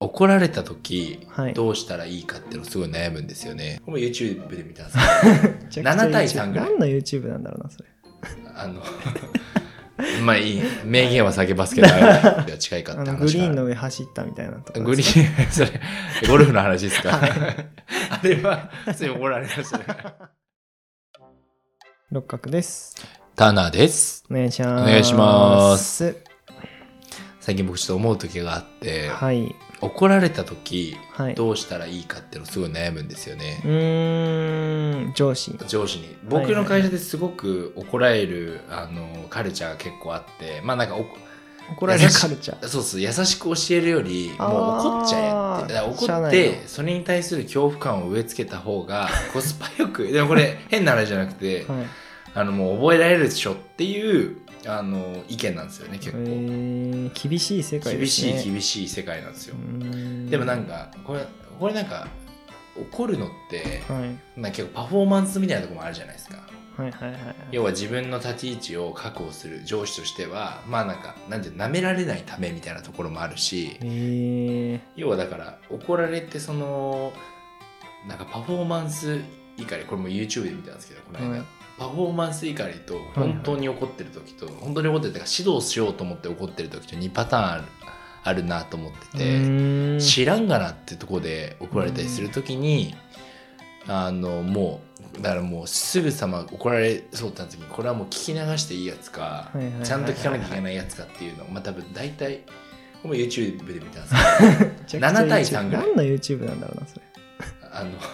怒られた時、はいどうしたらいいかっていうのすごい悩むんですよね。これも YouTube で見たんですめちゃくちゃ7対3ぐらい何の YouTube なんだろうなそれけ ど、あの、まあいい、名言は叫ば すけど、あれが近いかあっての話グリーンがの上走ったみたいなとこグリですーン、 それ、ゴルフの話ですか、はいあれは、普通に怒られましたね。六角ですタナです。お願いしますお願いします最近僕ちょっと思う時があって、はい怒られた時、はいどうしたらいいかっていうのすごい悩むんですよねう。ーん上司上司にはい僕の会社ですごく怒られる、あのカルチャーが結構あってまあなんかお怒られるカルチャーそうそう優しく教えるよりもあーう怒っちゃえってだから社怒っ内てそれに対する恐怖感を植え付けた方 がコスパよくでもこれ変な話じゃなくてはいあのもう覚えられるでしょっていうあの意見なんですよね結え構、ー、厳しい世界で厳すしねいし厳しい世界なんですよ、いでもなんかかこれこれなんか怒るのってはいなんか結構パフォーマンスみたいなところもあるじゃないですかはいはいはいはい要は自分の立ち位置を確保する上司としてはまあなんかなんていうの舐められないためみたいなところもあるしえー、要はだから怒られてそのなんかパフォーマンス怒りこれも YouTube で見たんですけどこの間、はいパフォーマンス怒りと本当に怒ってる時と、本当に怒ってるというか指導しようと思って怒ってる時と2パターンあるあるなと思ってて。うーん知らんがなってとこで怒られたりするときに、あのもうだからもうすぐさま怒られそうってなった時にこれはもう聞き流していいやつか、はいはいはいはいちゃんと聞かなきゃいけないやつかっていうのまあ多分大体これも YouTube で見たんですめちゃくちゃ7対3ぐらい何の YouTube なんだろうなそれけどあの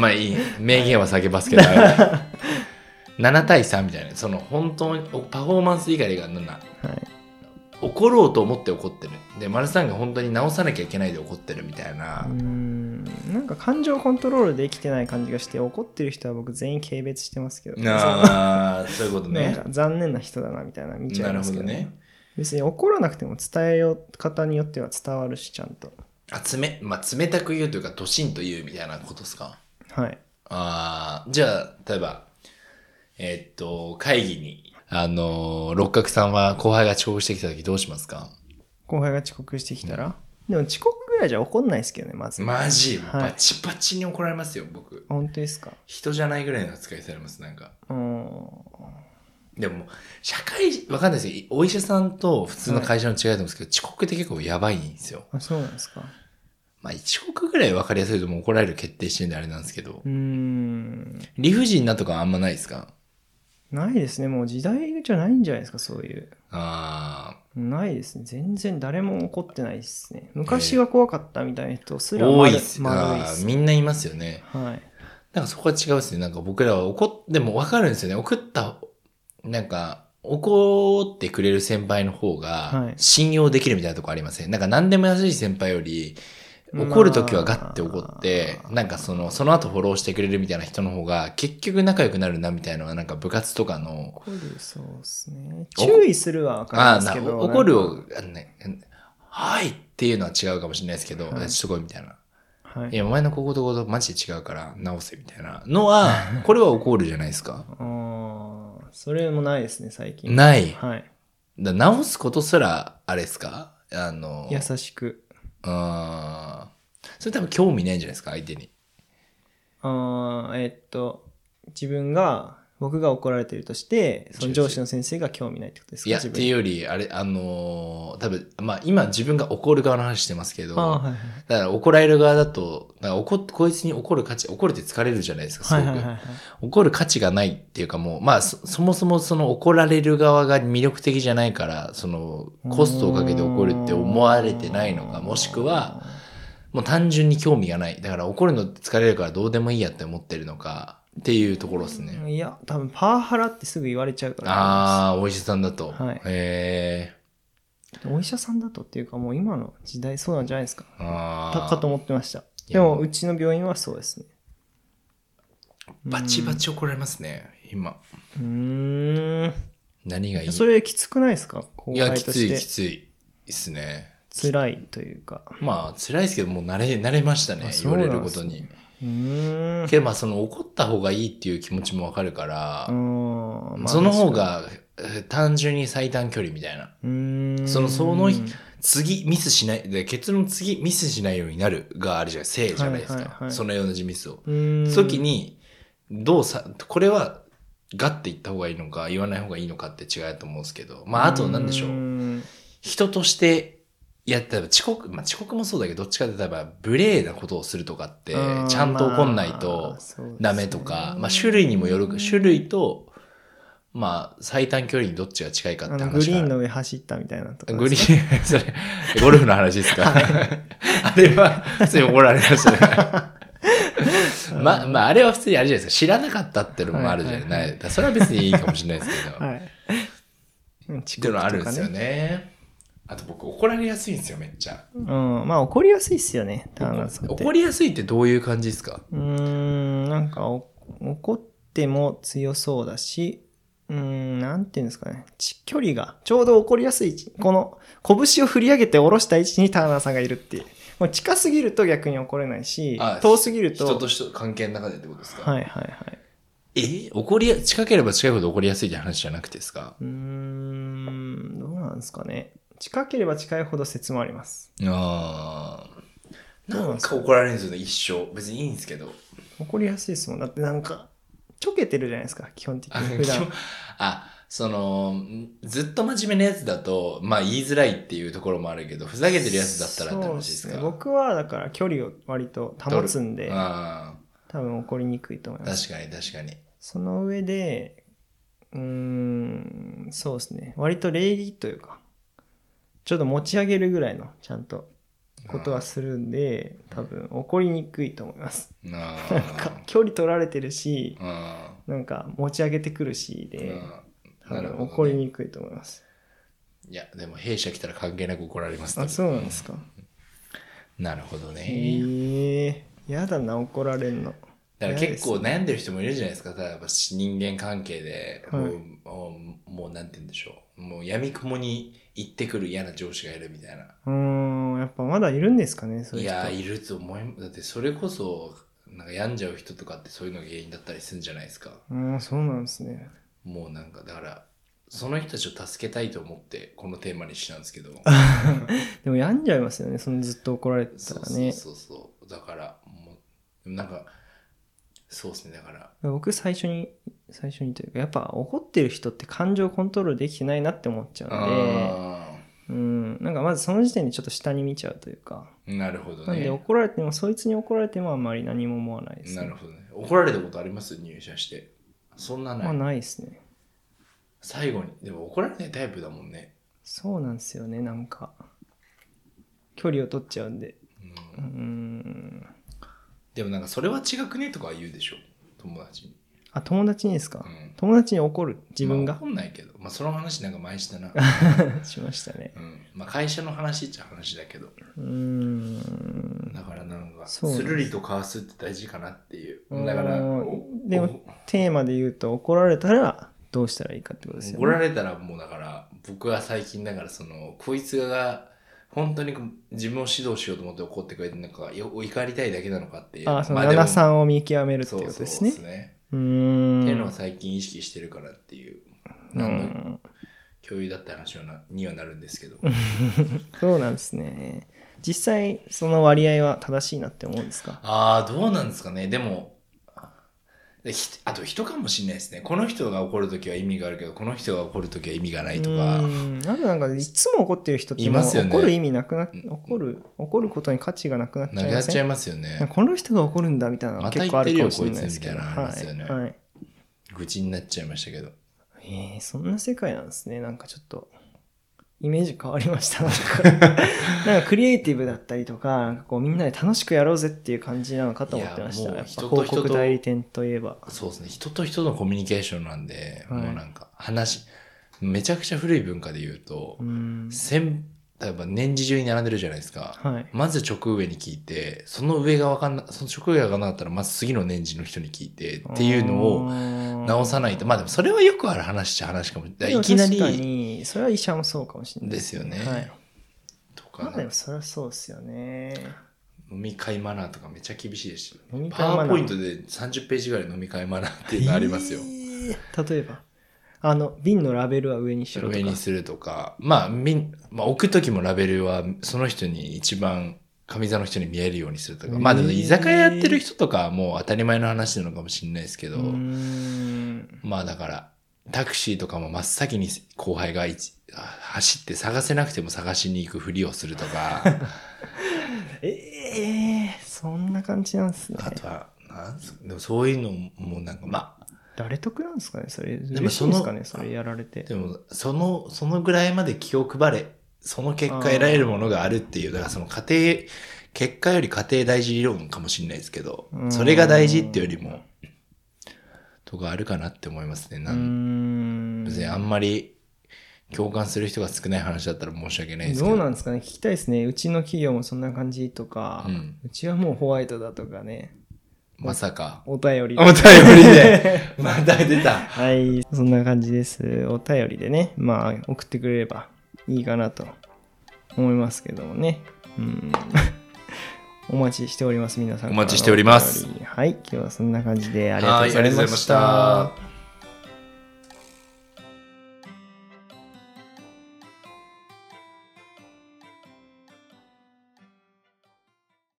まあいい名言は避けますけど7対3みたいなその本当におパフォーマンス以外がなんだはい怒ろうと思って怒ってるで丸さんが本当に直さなきゃいけないで怒ってるみたいな。うーんなんか感情コントロールできてない感じがして怒ってる人は僕全員軽蔑してますけどああそういうことそうなんねか残念な人だなみたいな見ちないゃるほますけどど,、ね別に怒らなくても伝えよう方によっては伝わるしちゃんとあつめ、まあ、冷たく言うというかドシンと言うみたいなことですかはいああじゃあ例えばえーっと会議にあのー六角さんは後輩が遅刻してきた時どうしますか後輩が遅刻してきたら、でも遅刻ぐらいじゃ怒んないですけどねまず、マジはいバチバチに怒られますよ僕本当ですか人じゃないぐらいの扱いされますなんかうーんでも社会わかんないですよお医者さんと普通の会社の違いだと思うんですけど、遅刻って結構やばいんですよあそうなんですかまあ遅刻ぐらいわかりやすいともう怒られる決定してるんであれなんですけどうーん理不尽なとかあんまないですかないですねもう時代じゃないんじゃないですかそういうあないですね全然誰も怒ってないですね昔は怖かったみたいな人すあ、ら多丸いいっっすすあーみんないますよね。はいなんかそこは違うっすね。なんか僕らは怒っ、でもわかるんですよね。送った、なんか、怒ってくれる先輩の方はがい信用できるみたいなとこありません、なんか何でも優しい先輩より、怒るときはガッて怒って、まあなんかその、その後フォローしてくれるみたいな人の方が結局仲良くなるなみたいなのはなんか部活とかの怒るそうですね注意するは分かるんですけあーなど怒るなんを、あのね、はいっていうのは違うかもしれないですけど、はいすごいみたいな。かはいいや、お前のこことこことマジで違うから直せみたいなのは、これは怒るじゃないですか。あーそれもないですね最近ない。はいだ直すことすら、あれですかあの、優しくあーそれ多分興味ないんじゃないですか、相手に。あーえっと自分が僕が怒られてるとしてその上司の先生が興味ないってことですかいや、っ自て分いうにより、あれ、あのー多分、まあ今自分が怒る側の話してますけど、あーはいだから怒られる側だと、だから怒っこいつに怒る価値、怒るって疲れるじゃないですか、すはごいく。はいはいはいはい怒る価値がないっていうかもう、まあそ、そもそもその怒られる側が魅力的じゃないから、そのコストをかけて怒るって思われてないのか、もしくは、もう単純に興味がない。だから怒るのって疲れるからどうでもいいやって思ってるのか、っていうところですね。いや多分パワハラってすぐ言われちゃうからああ、お医者さんだと。はいえお医者さんだとっていうかもう今の時代そうなんじゃないですかー、あかーかと思ってましたいでやもうちの病院はそうですねバチバチ怒られますね、今。うーん何がいいそれきつくないですか後いや、輩きとつい、きしてついですね。辛いというかまあ、辛いですけど、もう慣れ、慣れましたねあ、そ言うなわんれですねることに。うーんけどまあその怒った方がいいっていう気持ちもわかるから、うんまあその方がえー単純に最短距離みたいな。うーんそのそのうん次ミスしない、で結論次ミスしないようになるがあるじゃん、せいじゃないですか。はいはいはいその同じミスを。うーんその時に、どうさ、これは、ガッて言った方がいいのか、言わない方がいいのかって違いだと思うんですけど、まあ、あと何でしょう。ん人として、いや、例えば遅刻、まあ遅刻もそうだけど、どっちかって言えば、無礼なことをするとかって、あーちゃんと怒んないまとあそうですねダメとか、まあ種類にもよる、種類と、まあ最短距離にどっちが近いかってあ話のがグリーンの上走ったみたいなとかグリーン、 それ、ゴルフの話ですか、 あれは、普通に怒られましたね。ま、まあ、あれは普通にあれじゃないですか。知らなかったっていうのもあるじゃない。はいはいはいだからそれは別にいいかもしれないですけど。はいうん遅刻っていうのはあるんですよとかね。あと僕、怒られやすいんですよ、めっちゃ。うんまあ怒りやすいっすよね田中さんって怒りやすいってどういう感じですかうーんなんかお怒っても強そうだしうーんなんていうんですかねち距離がちょうど怒りやすい位置この拳を振り上げて下ろした位置にターナーさんがいるっていうもう近すぎると逆に怒れないしあ遠すぎると人と人、関係の中でってことですか、はいはいはいえ怒りや、近ければ近いほど怒りやすいって話じゃなくてですかうーんどうなんですかね近ければ近いほど説もありますああ。どなうなんんですかか怒られるんですよね、一生。別にいいんですけど。怒りやすいですもんだってなんかちょけてるじゃないですか基本的あに普基段本 あそのんずっと真面目なやつだとまあ言いづらいっていうところもあるけどふざけてるやつだったらって話ですそうっかね僕はだから距離を割と保つんであ多分怒りにくいと思いーます確かに確かにその上でうーんそうですね割と礼儀というかちょっと持ち上げるぐらいのちゃんとことはするんで多分怒りにくいと思いますあなんか距離取られてるしーあなんか持ち上げてくるしーでうんなるほ多どね分怒りにくいと思いますいやでも弊社来たら関係なく怒られますあそうなんですかなるほどね、へえやだな怒られんのだから結構悩んでる人もいるじゃないですか、例えば人間関係で、はいもうもう、もうなんて言うんでしょう、もう闇雲に行ってくる嫌な上司がいるみたいな。うーんやっぱまだいるんですかねそういいう人やーいると思いますだってそれこそなんか病んじゃう人とかってそういうのが原因だったりするんじゃないですかうんそうなんですねもうなんかだからその人たちを助けたいと思ってこのテーマにしたんですけどでも病んじゃいますよねそのずっと怒られてたそうらそねうそうそうだからもうなんかそうですねだから僕最初に最初にというかやっぱ怒ってる人って感情コントロールできてないなって思っちゃうんであうんなんかまずその時点でちょっと下に見ちゃうというかーなるほどなんでね怒られてもそいつに怒られてもあんまり何も思わないですなねるほどね怒られたことあります入社してそんなない、まあないですね最後にでも怒られないタイプだもんね、そうなんですよねなんか距離を取っちゃうんでうん、うんでもなんかそれは違くねとかは言うでしょ友達にあ友達にですか、うん友達に怒る自ま分があ、、怒んないけど、まあ、その話なんか前 したな、しましたねうんまあ、会社の話っちゃ話だけどうーんだからなんかすそうなんでするりとかわすって大事かなっていううんだからおでもテーマで言うと怒られたらどうしたらいいかってことですよ怒らねれたらもうだから僕は最近だからそのこいつが本当に自分を指導しようと思って怒ってくれてなんかよお怒りたいだけなのかっていうあそのまあでも7さんを見極めるってそうこそとうでですすねねうーっていうのをん最近意識してるからっていうう何のん共有だった話はなにはなるんですけどそうなんですね実際その割合は正しいなって思うんですかああ、どうなんですかね。でも、でひあと人かもしれないですね。この人が怒るときは意味があるけど、この人が怒るときは意味がないとうーか。んなんかなんかいつも怒ってる人っていもうますよね怒る意味なくな怒る怒ることに価値がなくなっちなゃくいなまっちゃせいんますよなんねか。この人が怒るんだみたいなのまはた結構あるかもしれない言ってるよですけど、こいつみたいなのありますよねはい、はい愚痴になっちゃいましたけど。えー、そんな世界なんですね。なんかちょっと、イメージ変わりました。な んか、なんかクリエイティブだったりとか、なんかこうみんなで楽しくやろうぜっていう感じなのかと思ってましいやもた。うやっぱ人と広人告と代理店といえば。そうですね。人と人とのコミュニケーションなんで、はいもうなんか話、めちゃくちゃ古い文化で言うとう、ん。先例えば年次中に並んでるじゃないですか。はい。まず直上に聞いて、その上がわかんな、その直上がわかんなかったら、まず次の年次の人に聞いてっていうのを、を直さないと。まあでもそれはよくある話っちゃ話かも。だからいいききななり。確かりに、それは医者もそうかもしれない。ですよね。はい。とか、まあでもそれはそうですよね。飲み会マナーとかめっちゃ厳しいです飲み会パマナーワーポイントで30ページぐらい飲み会マナーっていうのありますよ。えー例えば。あの、瓶のラベルは上にしろとか。上にするとか、まあ、みん、まあ、置くときもラベルは、その人に一番、上座の人に見えるようにするとか。まあ、でもへー居酒屋やってる人とかはもう当たり前の話なのかもしれないですけど、うーん。まあだから、タクシーとかも真っ先に後輩が一走って探せなくても探しに行くふりをするとか、ええそんな感じなんですね。 あとは、なんすかでもそういうのもなんか、まあ、誰得なんですかねそれ、も嬉しいんですかねそそのれやられて。でも、その、そのぐらいまで気を配れ、その結果得られるものがあるっていう、だからその家庭、結果より家庭大事理論かもしれないですけどう、んそれが大事っていうよりも、とかあるかなって思いますね。うなーんん。別にあんまり共感する人が少ない話だったら申し訳ないですけど。どうなんですかね聞きたいですね。うちの企業もそんな感じとか、ううんちはもうホワイトだとかね、まさか。お便りでお便りで。 また出た。はい、そんな感じです。お便りでね、まあ、送ってくれればいいかなと思いますけどもね。うん。 お待ちしております、皆さんからのお待ちしておりますお便りはい、今日はそんな感じであありがとうございましはいた。ありがとうございました